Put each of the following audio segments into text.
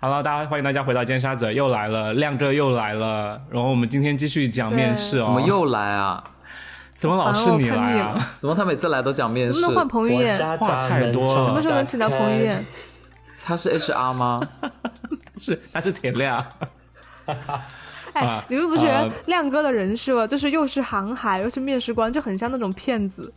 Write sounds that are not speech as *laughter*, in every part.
Hello，大家欢迎大家回到尖沙咀，又来了，亮哥又来了。然后我们今天继续讲面试哦。怎么又来啊？ *laughs* 怎么老是你来啊？怎么他每次来都讲面能试不？能换彭于晏？什话太多了什么时候能请到彭于晏？？他是 HR 吗？ *laughs* 是他是铁亮，哎啊，你们不觉啊得亮哥的人设就是又是航海又是面试官，就很像那种骗子？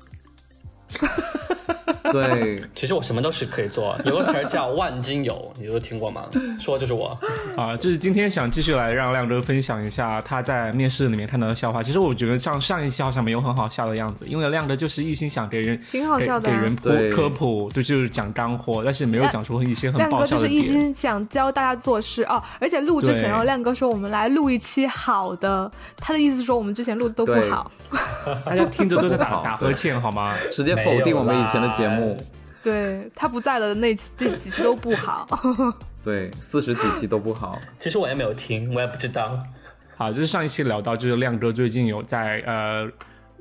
对， *laughs* 其实我什么都是可以做，有个词儿叫万金油，你都听 *laughs* 过吗？说的就是我。啊，就是今天想继续来让亮哥分享一下他在面试里面看到的笑话。其实我觉得上上一期好像没有很好笑的样子，因为亮哥就是一心想给人挺好笑的给啊给人科对科普，对，就是讲干货，但是没有讲出一些很亮爆哥笑就的是一点。心想教大家做事哦，而且录之前哦，对亮哥说我们来录一期好的，他的意思是说我们之前录的都不对好，大家听着都在打好打呵欠好吗？直接否定我们以前的节没目有啦。对他不在的那期这几期都不好。 *laughs* 对，四十几期都不好。其实我也没有听，我也不知道。好，就是上一期聊到，就是亮哥最近有在呃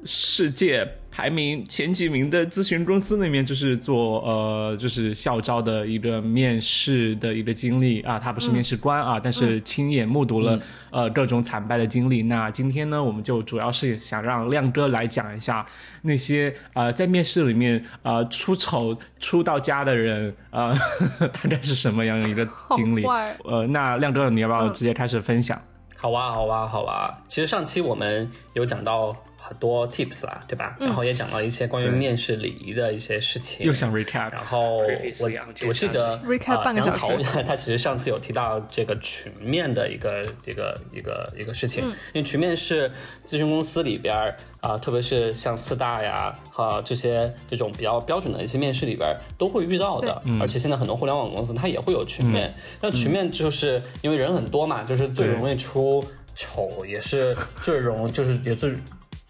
世界排名前几名的咨询公司那边，就是做呃就是校招的一个面试的一个经历啊，他不嗯是面试官啊，但是亲眼目睹了、呃各种惨败的经历。那今天呢，我们就主要是想让亮哥来讲一下那些呃在面试里面呃出丑出到家的人，呃 *laughs* 大概是什么样的一个经历好坏？呃，那亮哥你要不要嗯直接开始分享？好啊，好啊，好啊！其实上期我们有讲到很多 tips 啦，对嗯吧？然后也讲到一些关于对面试礼仪的一些事情。又想 recap，然后我 Previously on 我记得 Recap 呃半个小杨时桃 *laughs* 他其实上次有提到这个群面的一个一个一个一个嗯事情，因为群面是咨询公司里边儿啊、特别是像四大呀和、这些这种比较标准的一些面试里边儿都会遇到的，而且现在很多互联网公司它也会有群面，那、群面就是因为人很多嘛，就是最容易出丑，也是最容就是也最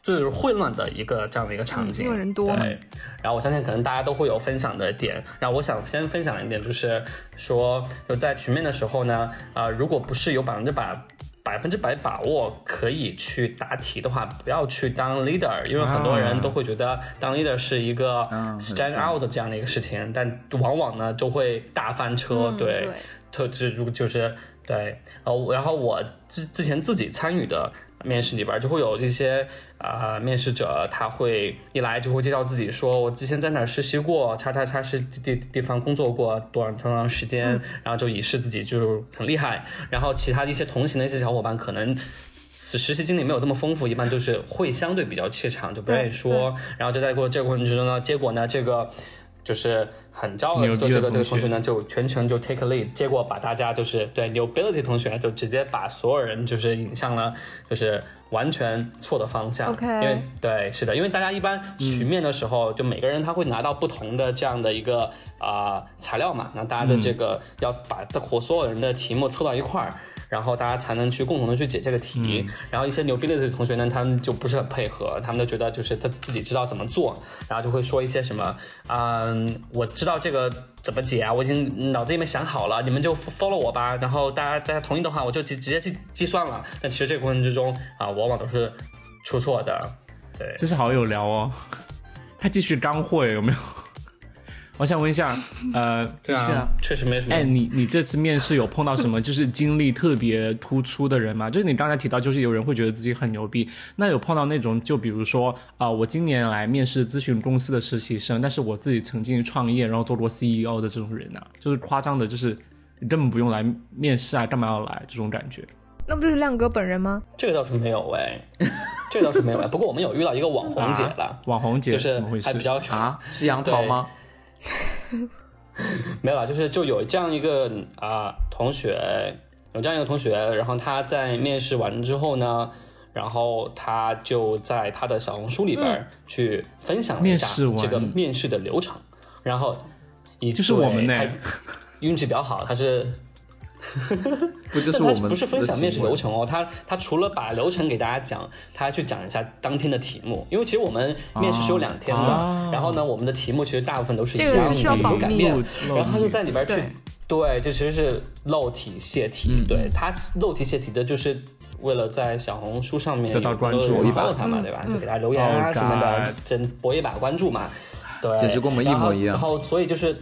最混乱的一个这样的一个场嗯景，因为人多嘛对然后我相信可能大家都会有分享的点。然后我想先分享一点，就是说就在群面的时候呢，呃，如果不是有百分之百。百分之百把握可以去答题的话，不要去当 leader，因为很多人都会觉得当 leader 是一个嗯很 stand 爽 out 的这样的一个事情，但往往呢就会大翻车。嗯对对，特就如就是对，呃，我然后我之之前自己参与的面试里边儿，就会有一些啊、呃面试者他会一来就会介绍自己说，我之前在哪儿实习过，叉叉叉是地地方工作过多长多长时间，嗯然后就以示自己就是很厉害，然后其他的一些同行的一些小伙伴可能。实实习经历没有这么丰富，一般就是会相对比较怯场，就不愿意对说。然后就在过这个过程之中呢，结果呢，这个就是很骄傲牛的逼的说，这个这同个学同学呢就全程就 take a lead，结果把大家就是对 new ability 同学呢就直接把所有人就是引向了就是完全错的方向。 OK 因为对，是的，因为大家一般群面的时候，就每个人他会拿到不同的这样的一个啊、呃材料嘛，那大家的这个要把活所有人的题目凑到一块儿。然后大家才能去共同的去解这个题，然后一些牛逼类的同学呢，他们就不是很配合，他们就觉得就是他自己知道怎么做，然后就会说一些什么，嗯，我知道这个怎么解啊，我已经脑子里面想好了，你们就 follow 我吧。然后大家大家同意的话，我就直直接去计算了。但其实这个过程之中啊，往往都是出错的。对，这是好有聊哦。 *laughs* 他继续干货有没 *laughs* 有？我想问一下，呃，继对啊，确实没什么。哎，你你这次面试有碰到什么 *laughs* 就是经历特别突出的人吗？就是你刚才提到，就是有人会觉得自己很牛逼，那有碰到那种就比如说啊、我今年来面试咨询公司的实习生，但是我自己曾经创业，然后做过 CEO 的这种人啊，就是夸张的，就是你根本不用来面试啊，干嘛要来这种感觉？那不就是亮哥本人吗？这个倒是没有哎， *laughs* 这个倒是没有哎。不过我们有遇到一个网红姐啊了，网红姐就是怎么回事还比较啊，是杨桃吗？没有啦，就是就有这样一个啊、同学，有这样一个同学，然后他在面试完之后呢，然后他就在他的小红书里边儿去分享了一下嗯面试完这个面试的流程，然后以就是我们呢对他运气比较好，他是不就是但我他们不是分享面试流的程哦，他他除了把流程给大家讲，他还去讲一下当天的题目，因为其实我们面试是有两天的，啊然后呢，我们的题目其实大部分都是一这样个的，是需要不保改密变漏漏然后他就在里边去对，对，这其实是漏题泄题，嗯对他漏题泄题的就是。为了在小红书上面得到关注一一把他嘛，对吧？就给他留言哦啊什么的，God，争博一把关注嘛。对，简直跟我们一模一样 *laughs* 然后然后所以就是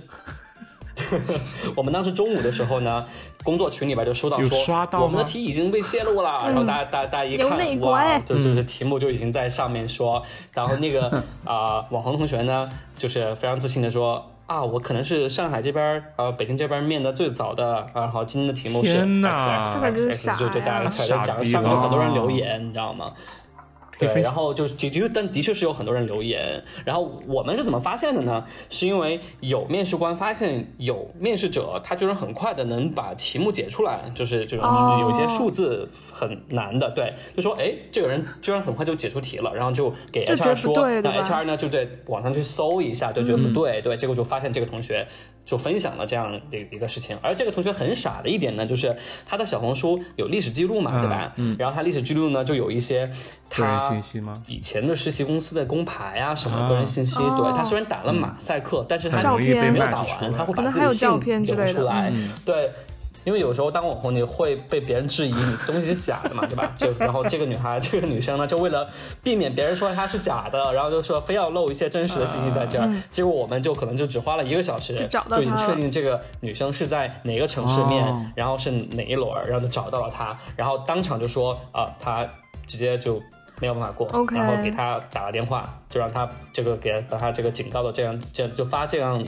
我们当时中午的时候呢，工作群里边就收到有说刷到吗我们的题已经被泄露了，然后大家大家大家一嗯有内看，鬼哇，就嗯就是题目就已经在上面说，然后那个 *laughs* 啊、网红同学呢，就是非常自信的说。啊，我可能是上海这边儿呃，北京这边儿面的最早的啊，然后今天的题目是天哪 X 这个真是 X X X，傻哎就就大家呀开始讲，傻上逼面有很多人了留言，你知道吗？可以对，分然析后就就就，但的确是有很多人留言。然后我们是怎么发现的呢？是因为有面试官发现有面试者，他居然很快的能把题目解出来，就是这种哦有一些数字很难的，对，就说哎，这个人居然很快就解出题了，然后就给就觉得 HR 不说，对那对吧 HR 呢就在网上去搜一下，就觉得不嗯对，对，结果就发现这个同学就分享了这样的一个事情。而这个同学很傻的一点呢，就是他的小红书有历史记录嘛，对吧？嗯，然后他历史记录呢就有一些个人他信息吗？以前的实习公司的工牌啊，什么啊个人信息，哦对他虽然打了马赛克，但是他很照容易片被没有卖打出去完，他会了。嗯把可能自己还有的信照片之涌类的出来，对。因为有时候当网红，你会被别人质疑你东西是假的嘛，对吧？ *laughs* 就然后这个女孩，这个女生呢，就为了避免别人说她是假的，然后就说非要露一些真实的信息在这儿。结果我们就可能就只花了一个小时，嗯就找到已经她确了定这个女生是在哪个城市面，哦然后是哪一轮儿，然后就找到了她，然后当场就说啊、她直接就没有办法过 OK 然后给他打了电话，就让他这个给把他这个警告的这样这样就发这样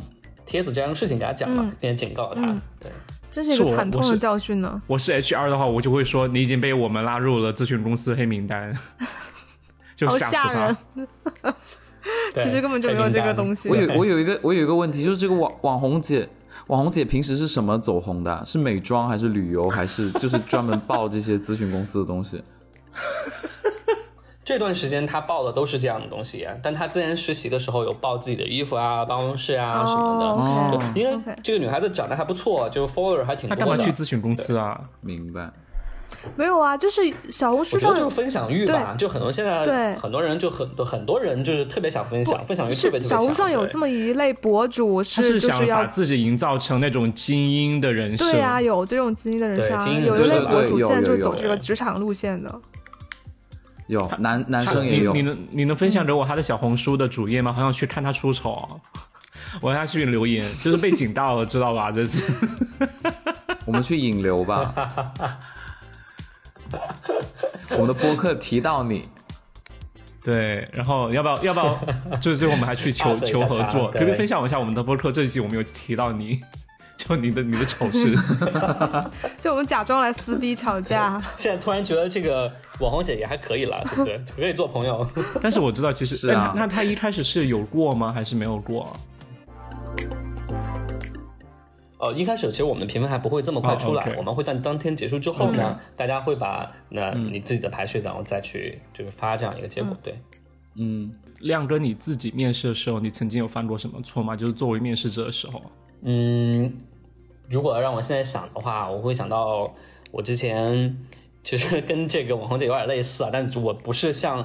帖子这样的事情给他讲了，嗯并且警告了他。嗯对，真是一是个我惨我痛是的教训呢。我是 HR 的话，我就会说你已经被我们拉入了咨询公司黑名单， *laughs* 就好吓死吓人他。！对其实根本就没有这个东西我有我有一个我有一个问题，就是这个网网红姐，网红姐平时是什么走红的啊？是美妆还是旅游，还是就是专门报这些咨询公司的东西？这段时间他报的都是这样的东西，但他之前实习的时候有报自己的衣服啊、办公室啊什么的。哦哦，OK，因为 OK 这个女孩子长得还不错，就是 follower 还挺他多的。干嘛去咨询公司啊？明白。没有啊，就是小红书我觉上得就是分享欲吧，就很多现在对很多人就很多很多人就是特别想分享，分享欲特别是特别小强。哎红书上有对这么一类博主他是就想是把要自己营造成那种精英的人设。对啊，有这种精英的人对设啊，精英的有一人类设博对主有现在有就是有走这个职场路线的。有男男他生也有你你能你能分享给我他的小红书的主页嗯吗？好想去看他出丑、 *laughs* 我要去留言，就是被警到了，知道吧？这 *laughs* 次我们去引流 *laughs* 吧。我们的播客提到你，对，然后要不要要不要？就是最后我们还去求 *laughs* 啊对求合作，可对不可以分享一下我们的播客这一期我们有提到你， *laughs* 就你的你的丑事，就我们假装来撕逼吵架，现在突然觉得这个网红姐也还可以 *laughs* 了，对不对？可以做朋友。但是我知道其实是啊哎那那他一开始是有过吗？还是没有过？呃，一开始其实我们的评分还不会这么快出来，哦，OK 嗯我们会在当天结束之后呢大家会把那你自己的排序，然后再去就是发这样一个结果。对，嗯，亮哥，你自己面试的时候，你曾经有犯过什么错吗？就是作为面试者的时候，嗯，如果让我现在想的话，我会想到我之前其实跟这个网红姐有点类似啊，但我不是像。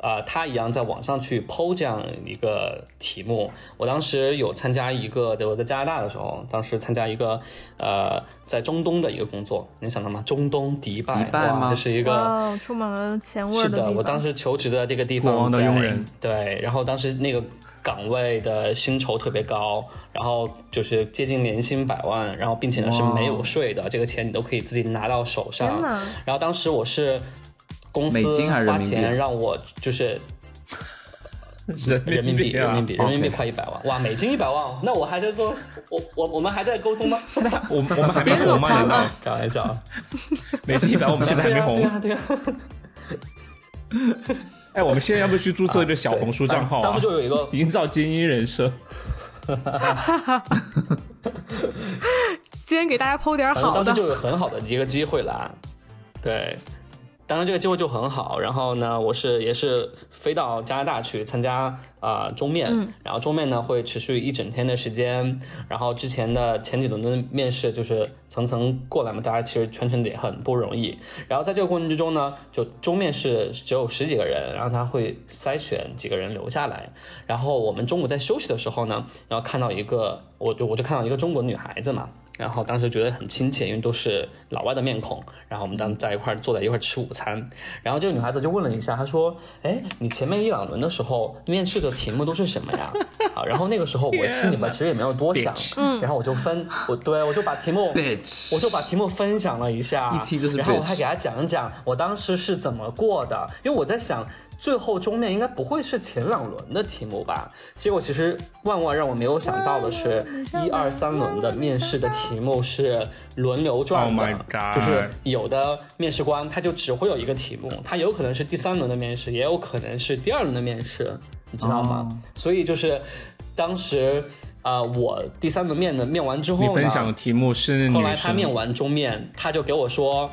啊，她一样在网上去剖这样一个题目。我当时有参加一个，对我在加拿大的时候，当时参加一个呃，在中东的一个工作，能想到吗？中东迪拜，迪拜哇吗 *laughs* 哦这是一个哇，充满了哦前味是儿的，地我当方。时求职的这个地方国王的在佣人，对，然后当时那个岗位的薪酬特别高，然后就是接近年薪百万，然后并且呢是没有税的，这个钱你都可以自己拿到手上天哪。然后当时我是公司美金还是人花民币钱让我就是人人民币，人啊民币，人民币快一百万，哇，美金一百万，那我还在做，我我我们还在沟通吗？ *laughs* 我们我们还没红吗？难道开玩笑啊，每期一哎百我们现在还 *laughs* 没对红？啊对啊。对啊 *laughs* 哎，我们现在要不去注册一个小红书账号当啊时？就有一个营造精英人设，今天给大家剖点反正好当时的，就有很好的一个机会啦。对，当时这个机会就很好。然后呢，我是也是飞到加拿大去参加啊、呃中面，嗯然后中面呢会持续一整天的时间。然后之前的前几轮的面试就是层层过来嘛，大家其实全程也很不容易。然后在这个过程之中呢，就中面是只有十几个人，然后他会筛选几个人留下来。然后我们中午在休息的时候呢，然后看到一个，我就我就看到一个中国女孩子嘛，然后当时觉得很亲切，因为都是老外的面孔。然后我们当在一块儿坐在一块儿吃午餐，然后这个女孩子就问了一下，她说：“哎，你前面一两轮的时候面试的题目都是什么呀？” *laughs* 好，然后那个时候我心里面其实也没有 *laughs* 多想，嗯，然后我就分我对我就把题目 bitch，我就把题目分享了一下，一听就是然后我 bitch 还给他讲一讲我当时是怎么过的，因为我在想。最后终面应该不会是前两轮的题目吧？结果其实万万让我没有想到的是，一二三轮的面试的题目是轮流转的 Oh my god 就是有的面试官他就只会有一个题目，他有可能是第三轮的面试，也有可能是第二轮的面试，你知道吗？哦所以就是当时啊、呃我第三轮面的面完之后你呢，分享的题目是女后生，来他面完中面，他就给我说，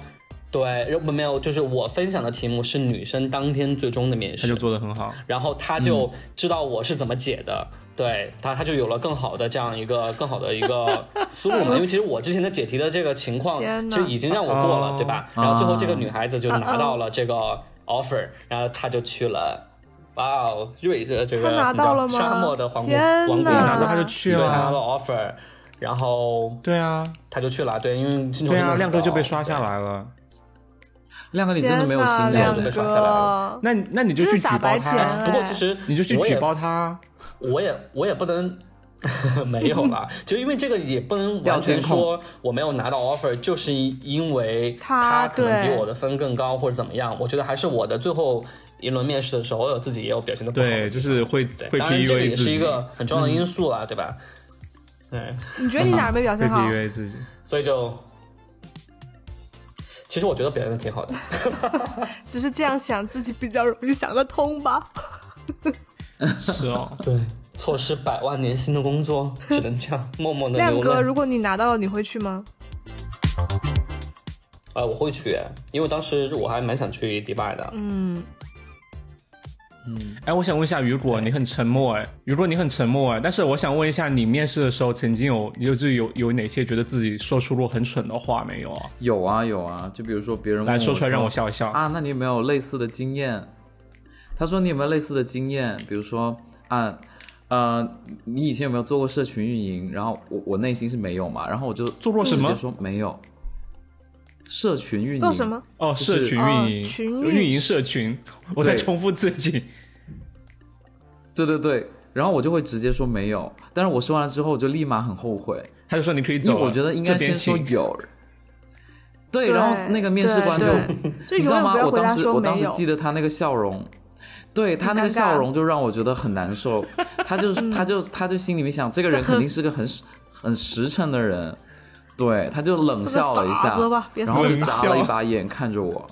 对，没有，就是我分享的题目是女生当天最终的面他就试，做的很好。然后他嗯就知道我是怎么解的，对他他就有了更好的这样一个更好的一 *laughs* 个思路嘛，因为其实我之前的解题的这个情况天哪就已经让我过了，哦对吧？然后最后这个女孩子就拿到了这啊个 offer，然后她就去了。哇哦，瑞呃这个她拿到了吗你知道沙漠的皇国天王国哪拿到他就去对，她拿到了，啊 offer，然后对啊，他就去了，对，因为进球对真的啊，很亮哥就被刷高下，来了。亮哥你真的没有心天哪眼被的亮刷下来哥了，那你那你就真去是举傻报白甜啊他，对不过其实你就去我也举报，他。我也我也不能。 *laughs* 没有 *laughs* 啦，就因为这个也不能完全说我没有拿到 offer，就是因为他可能对比我的分更高或者怎么样。我觉得还是我的最后一轮面试的时候，我自己也有表现的不好的地对，方。就是会会对，当然这个 PUA 也自是一己，嗯个很重要的因素啦，对吧？对，你觉得你哪儿没表会现好？嗯 PUA 自己。所以就其实我觉得表现的 *laughs* 挺好的。只是这样想，自己比较容易想得通吧。是哦，对，错失百万年薪的工作，只能这样 *laughs* 默默的亮流哥，泪。如果你拿到了，你会去吗？呃，我会去，因为当时我还蛮想去迪拜的。嗯，哎，我想问一下雨果，你很沉默哎，雨果你很沉默哎，但是我想问一下，你面试的时候曾经有就是有有哪些觉得自己说出过很蠢的话没有啊？有啊有啊，就比如说别人问来我说出来让我笑一笑。啊，那你有没有类似的经验？他说你有没有类似的经验？比如说啊，呃，你以前有没有做过社群运营？然后我我内心是没有嘛，然后我就做过什么说没有。社群运营做什么？哦，就是社群哦运营，群运营社群，我在重复自己。对对对，然后我就会直接说没有。但是我说完了之后，我就立马很后悔，他就说你可以因走为了，我觉得应该这边先说哦请。有。对，对然后那个面试官就对就你知永道远吗不？要我回当答时我说没当时有。记得他那个笑容，对他那个尴尬嗯笑容就让我觉得很难受。 *laughs* 他就他就他就心里面想，这个人肯定是个很实很实诚的人，对，他就冷笑了一是个下傻子吧，别然后就冷眨笑了一把眼看着我，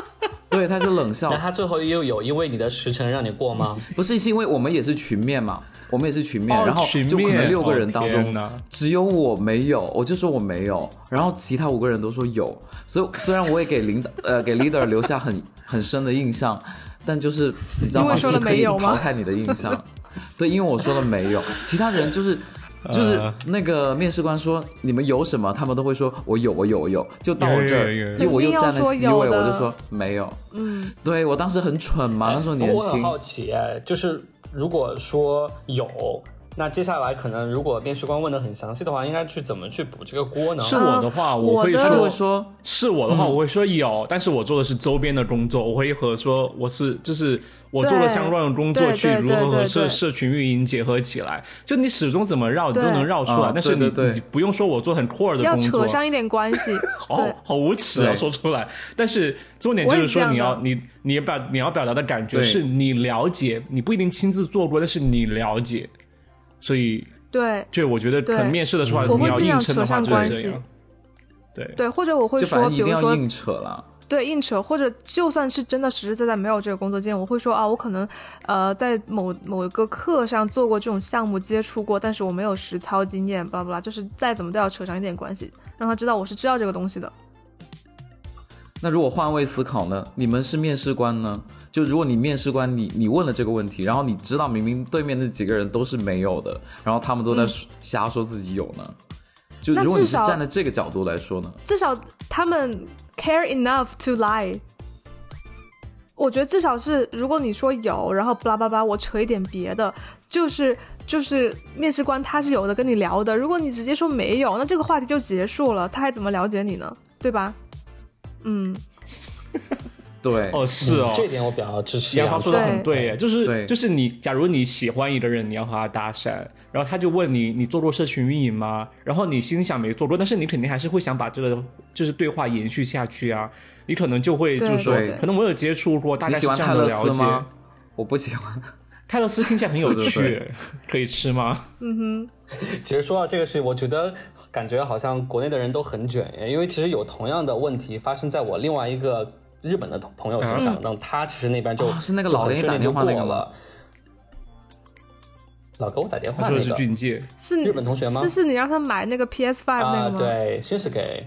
*laughs* 对，他就冷笑那，他最后又有因为你的时辰让你 *laughs* 过吗？不是是因为我们也是群面嘛，我们也是群面，哦然后群就可能面六个哦人当天中哪只有我没有，我就说我没有，然后其他五个人都说有，所以虽然我也 *laughs* 给领导呃给 leader 留下很很深的印象，但就是你知道因吗？为说就是了可以没有吗淘汰你的印 *laughs* 象，对，因为我说了没有，其他人就是。就是呃那个面试官说你们有什么，他们都会说我有我有我有，就到我这有有儿，有有因为我又占了肯定要说 C 位，有的我就说没有。嗯，对我当时很蠢嘛，那时候年哎轻。我很好奇，哎就是如果说有，那接下来可能如果面试官问的很详细的话，应该去怎么去补这个锅呢？是我的啊话，我会我的他就说会说，是我的话，嗯我会说有，但是我做的是周边的工作，我会和说我是就是我做了相关的工作对去对如何对和对社对社群运营结合起来。就你始终怎么绕，你都对能绕出来啊，但是你对对对你不用说我做很 core 的要工扯作，上一点关 *laughs* 系。好对，好无耻啊，对说出来。但是重点我就也是是这说，样你要的你你表你要表达的感觉对是你了解，你不一定亲自做过，但是你了解，所以对就我觉得对可能面试的时候我你会要尽硬量撑的扯话上就是关这系样，对。对，或者我会就反说，正一比定如要说硬扯了。对硬扯，或者就算是真的实实在在没有这个工作经验，我会说啊，我可能呃在某某一个课上做过这种项目，接触过，但是我没有实操经验，巴拉巴拉，就是再怎么都要扯上一点关系，让他知道我是知道这个东西的。那如果换位思考呢？你们是面试官呢？就如果你面试官，你你问了这个问题，然后你知道明明对面那几个人都是没有的，然后他们都在说瞎说自己有呢？就那如果你是至少站在这个角度来说呢？至少他们 care enough to lie。我觉得至少是，如果你说有，然后巴拉巴拉，我扯一点别的，就是就是面试官他是有的跟你聊的。如果你直接说没有，那这个话题就结束了，他还怎么了解你呢？对吧？嗯，对，哦，是啊嗯哦，这点我比较支持啊杨杨涛涛说的很对耶，就是对就是你，假如你喜欢一个人，你要和他搭讪，然后他就问你，你做过社群运营吗？然后你心想没做过，但是你肯定还是会想把这个就是对话延续下去啊。你可能就会就是说对对，可能我有接触过，大你概是喜欢这泰样的勒了斯解。吗？我不喜欢， *laughs* 泰勒斯听起来很有趣，对对对可以吃吗？其实说到这个事情，我觉得感觉好像国内的人都很卷，哎因为其实有同样的问题发生在我另外一个日本的朋友身上，那、他其实那边就、嗯哦是那个老就给你很顺利打就电话那个过吗了。老给我打电他话说那的是个俊哦介，是你日本同学吗是是你让他买那个 PS Five 那啊，个吗？对，是是给。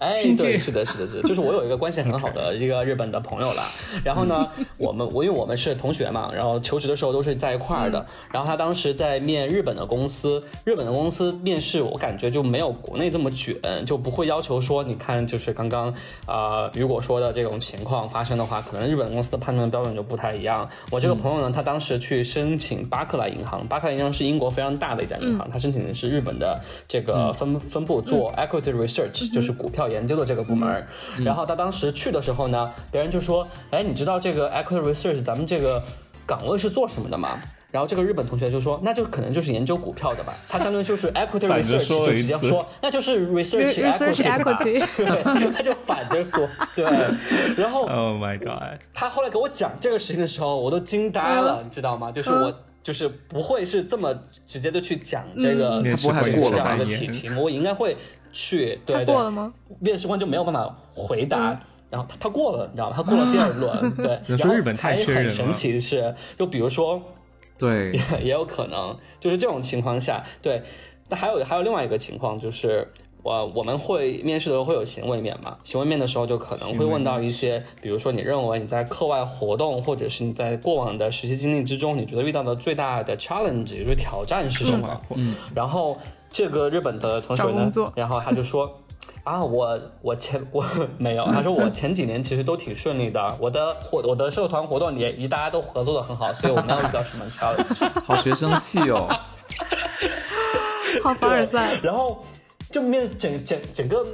哎，训诫对，是的，是的，是的，就是我有一个关系很好的一个日本的朋 *laughs* 友啦。然后呢，我们我因为我们是同学嘛，然后求职的时候都是在一块儿嗯的。然后他当时在面日本的公司，日本的公司面试，我感觉就没有国内这么卷，就不会要求说，你看就是刚刚啊、呃雨果说的这种情况发生的话，可能日本公司的判断标准就不太一样。我这个朋友呢，他当时去申请巴克莱银行，巴克莱银行是英国非常大的一家银行，他申请的是日本的这个分分部做 equity research，就是股票研究的这个部门儿。然后他当时去的时候呢，别人就说：“哎，你知道这个 equity research 咱们这个岗位是做什么的吗？”然后这个日本同学就说：“那就可能就是研究股票的吧。”他相当于就是 *laughs* equity 反着 research，说了就直接一次说那就是 research Re- research equity 吧 equity *laughs* 对，他就反着说，对。然后 Oh my god！他后来给我讲这个事情的时候，我都惊呆嗯了，你知道吗？就是我、就是不会是这么直接的去讲这个，面他不会还试官也过了这嗯是样扮的题演，题目，我应该会去对他对过了吗？嗯面试官就没有办法回答。然后他他过了，你知道吗？他过了第二轮， *laughs* 对。能然说后日本太还缺人很了神奇的是，就比如说对， *laughs* 也有可能，就是这种情况下，对。那还有还有另外一个情况就是。我我们会面试的时候会有行为面嘛？行为面的时候就可能会问到一些，比如说你认为你在课外活动或者是你在过往的实习经历之中，你觉得遇到的最大的 challenge 也就是挑战是什么？然后这个日本的同嗯学找工呢作，然后他 *laughs* 就说。啊，我我前我没有，他说我前几年其实都挺顺利的，我的活我的社团活动也与大家都合作的很好，所以我没有遇到什么 challenge。好学生气 *laughs* 哦，好凡尔赛， *laughs* 然后就面整整整个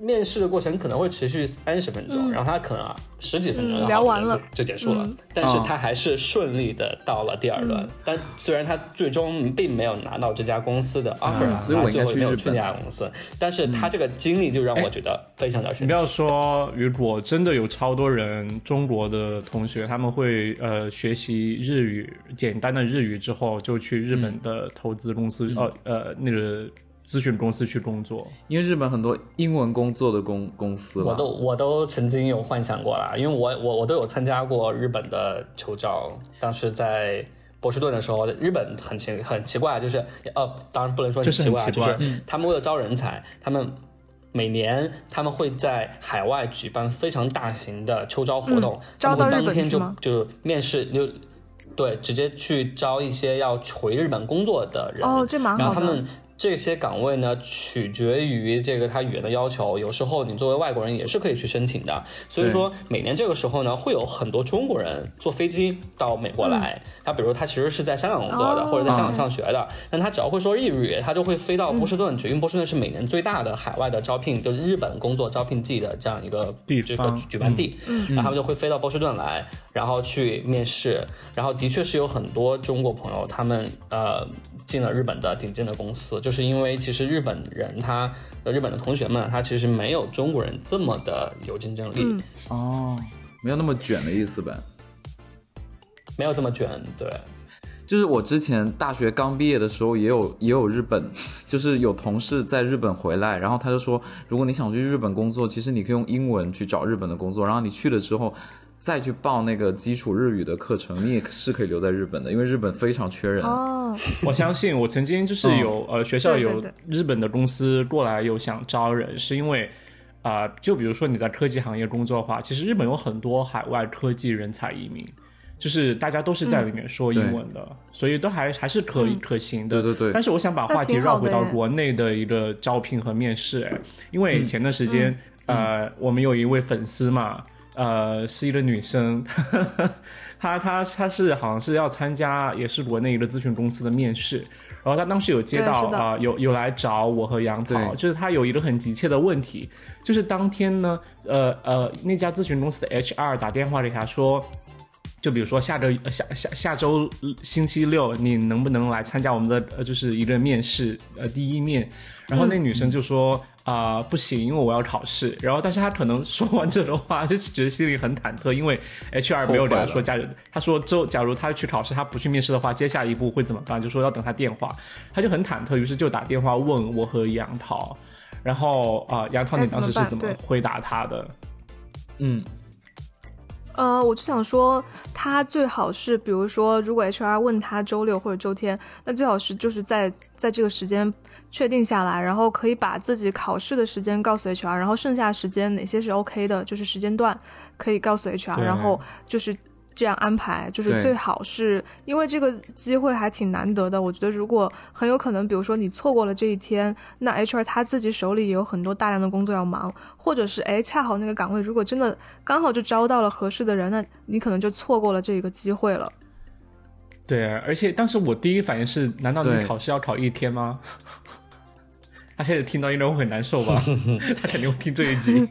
面试的过程可能会持续三十分钟，然后他可能啊十几分嗯钟、然后聊完就了嗯就结束了，但是他还是顺利的到了第二轮，但虽然他最终并没有拿到这家公司的 offer，、啊嗯所以我应该最后去没有日去本哎那家公司，但是他这个经历就让我觉得非常的你神不奇。要说，如果真的有超多人中国的同学，他们会呃学习日语，简单的日语之后，就去日本的投资公嗯司，呃呃那个咨询公司去工 *laughs* 作。因为日本很多英文工作的公公司我嘛都，我都曾经有幻想过啦，因为我我我都有参加过日本的球招，当时在波士顿的时候，日本很奇很奇怪，就是呃，当然不能说就是很奇怪，奇就怪嗯是他们为了招人才，他们。每年他们会在海外举办非常大型的秋招活动，他嗯招们到会日当本天去就吗就面试就对，直接去招一些要回日本工作的人。哦这蛮好的然后他们这些岗位呢，取决于这个他语言的要求，有时候你作为外国人也是可以去申请的。所以说，每年这个时候呢，会有很多中国人坐飞机到美国来。他比如他其实是在香港工作的，哦或者在香港上学的，但他只要会说日语，他就会飞到波士顿去，因为波士顿是每年最大的海外的招聘，就是日本工作招聘季的这样一个地这个方嗯举办地，然后他们就会飞到波士顿来，然后去面试，然后的确是有很多中国朋友他们呃进了日本的顶尖的公司，就是因为其实日本人他呃日本的同学们他其实没有中国人这么的有竞争力，嗯哦，没有那么卷的意思呗。没有这么卷，对，就是我之前大学刚毕业的时候，也有也有日本，就是有同事在日本回来，然后他就说，如果你想去日本工作，其实你可以用英文去找日本的工作，然后你去了之后。再去报那个基础日语的课程，你也是可以留在日本的，因为日本非常缺人。哦，我相信，我曾经就是有、呃学校对哦对有对日本的公司过来有想招人，是因为啊、呃就比如说你在科技行业工作的话，其实日本有很多海外科技人才移民。就是大家都是在里面说嗯英文的，所以都还还是可、可行的。对对对但是我想把话题那挺好绕的回到耶国内的一个招聘和面试，哎，因嗯为前段时间、 *laughs* 呃，我们有一位粉丝嘛，呃，是一个女生，他他他是好像是要参加也是国内一个咨询公司的面试，然后他当时有接到对是的啊、有有来找我和杨桃，对就是他有一个很急切的问题，就是当天呢，呃呃，那家咨询公司的 HR 打电话给他说。就比如说下个呃下下下周呃星期六，你能不能来参加我们的呃就是一个面试呃第一面？然后嗯那女生就说啊、不行，因为我要考试。然后但是她可能说完这种话，就是觉得心里很忐忑，因为 HR 没有后悔聊了说假如她说之后假如她去考试，她不去面试的话，接下一步会怎么办？就说要等她电话，她就很忐忑，于是就打电话问我和杨桃。然后啊、杨桃，该你怎当么时是办怎么对回答她的？嗯，呃，我就想说，他最好是，比如说，如果 HR 问他周六或者周天，那最好是就是在在这个时间确定下来，然后可以把自己考试的时间告诉 HR，然后剩下时间哪些是 OK 的，就是时间段可以告诉 HR，对然后就是。这样安排就是对最好是，因为这个机会还挺难得的。我觉得如果很有可能，比如说你错过了这一天，那 HR 他自己手里也有很多大量的工作要忙，或者是哎，恰好那个岗位如果真的刚好就招到了合适的人，那你可能就错过了这个机会了。对，而且当时我第一反应是，难道你对考试要考一天吗？ *laughs* 他现在听到应该会很难受 *laughs* 吧？他肯定会听这一集。嗯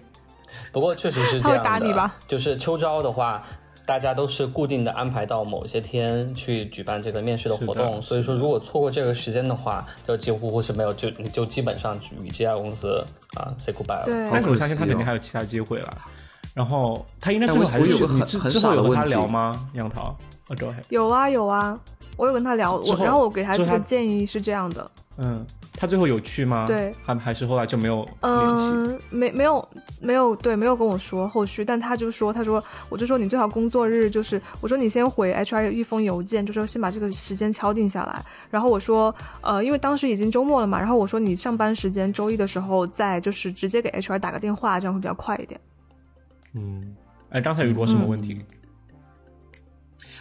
不过确实是他这会样的，打你吧就是秋招的话，大家都是固定的安排到某些天去举办这个面试的活是的动，所以说如果错过这个时间的话，就几乎是没有，就你就基本上与这家公司啊 say goodbye 了。对，但是我相信他肯定还有其他机会了。然后他应该最后还是哦但我有个你很之很之后傻的有和问他题聊吗？杨桃，呃、oh,，go ahead。有啊有啊，我有跟他聊，之我后然后我给他之这后个他建议是这样的，嗯，他最后有去吗？对，还还是后来就没有联系。嗯，没没有没有对没有跟我说后续，但他就说他说我就说你最好工作日就是我说你先回 HR 一封邮件，就说先把这个时间敲定下来，然后我说呃因为当时已经周末了嘛，然后我说你上班时间周一的时候再就是直接给 HR 打个电话，这样会比较快一点。嗯，哎，刚才有过什么问题？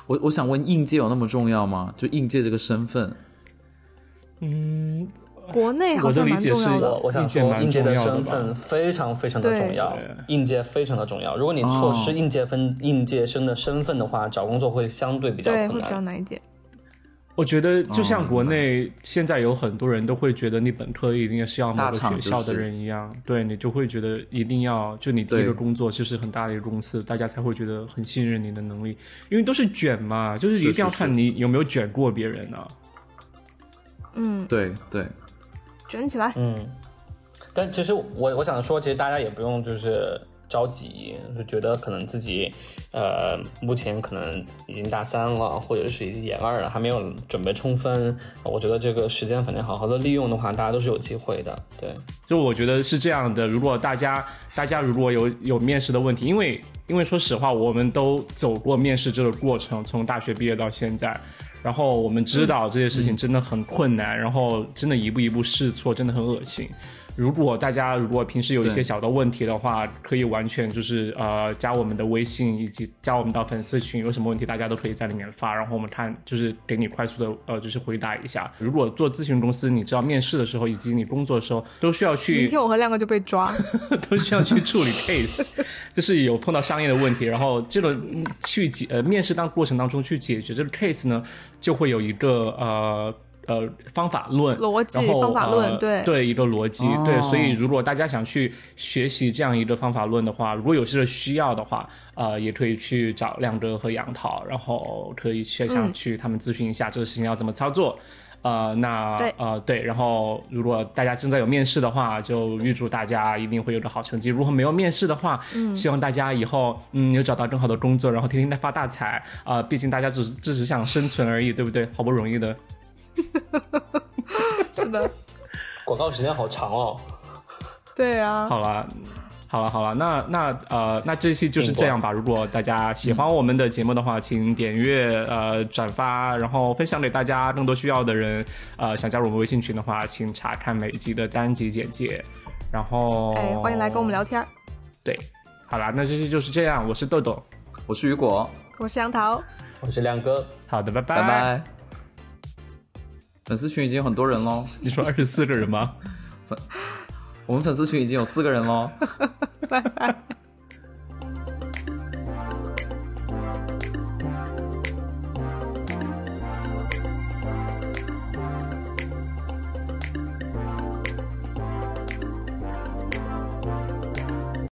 我我想问，应届有那么重要吗？就应届这个身份，嗯，国内好我的像理蛮解重要是的我。我想应届说，蛮应届重的要的身吧份非常非常的对重要对，应届非常的重要。如果你错失哦应届分、应届生的身份的话，找工作会相对比较对，困会比较难。难一点。我觉得就像哦国内现在有很多人都会觉得你本科一定是要某大个厂学校的就是人一样，对你就会觉得一定要就你第一对个工作就是很大的一个公司，大家才会觉得很信任你的能力，因为都是卷嘛，就是一定要是是看你有没有卷过别人啊。嗯，对对，卷起来。嗯，但其实我我想说，其实大家也不用就是着急，就觉得可能自己呃目前可能已经大三了，或者是已经研二了，还没有准备充分。我觉得这个时间反正好好的利用的话，大家都是有机会的。对，就我觉得是这样的，如果大家大家如果有有面试的问题，因为因为说实话，我们都走过面试这个过程，从大学毕业到现在，然后我们嗯知道这些事情真的很困难，然后真的一步一步试错，真的很恶心。如果大家如果平时有一些对小的问题的话，可以完全就是呃加我们的微信以及加我们到粉丝群，有什么问题大家都可以在里面发，然后我们看就是给你快速的呃就是回答一下。如果做咨询公司，你知道面试的时候以及你工作的时候都需要明去天我和亮哥就被 *laughs* 抓，都需要去处 *laughs* 理 case，就是有碰到商业的问题，然后这个嗯去解呃面试当过程当中去解决这个 case 呢，就会有一个呃。呃，方法论，逻辑然后方法论呃对对一个逻辑，哦对，所以如果大家想去学习这样一个方法论的话，如果有这个需要的话，呃，也可以去找亮哥和杨桃，然后可以去想嗯去他们咨询一下这个事情要怎么操作。呃，那对呃对，然后如果大家正在有面试的话，就预祝大家一定会有个好成绩。如果没有面试的话，嗯希望大家以后嗯有找到更好的工作，然后天天在发大财啊、毕竟大家只是只是想生存而已，对不对？好不容易的，是的，广告时间好长哦。对 *laughs* 啊，好了。好了好了，那那呃，那这期就是这样吧。如果大家喜欢我们的节目的话，请点阅、呃转发，然后分享给大家更多需要的人。呃，想加入我们微信群的话，请查看每一集的单集简介。然后，哎，欢迎来跟我们。聊天儿。对，好啦，那这期就是这样。我是豆豆，我是雨果，我是杨桃，我是亮哥，好的，拜拜。拜拜。粉丝群已经有很多人喽，你说二十四个人吗？我们粉丝群已经有四个人喽。拜拜。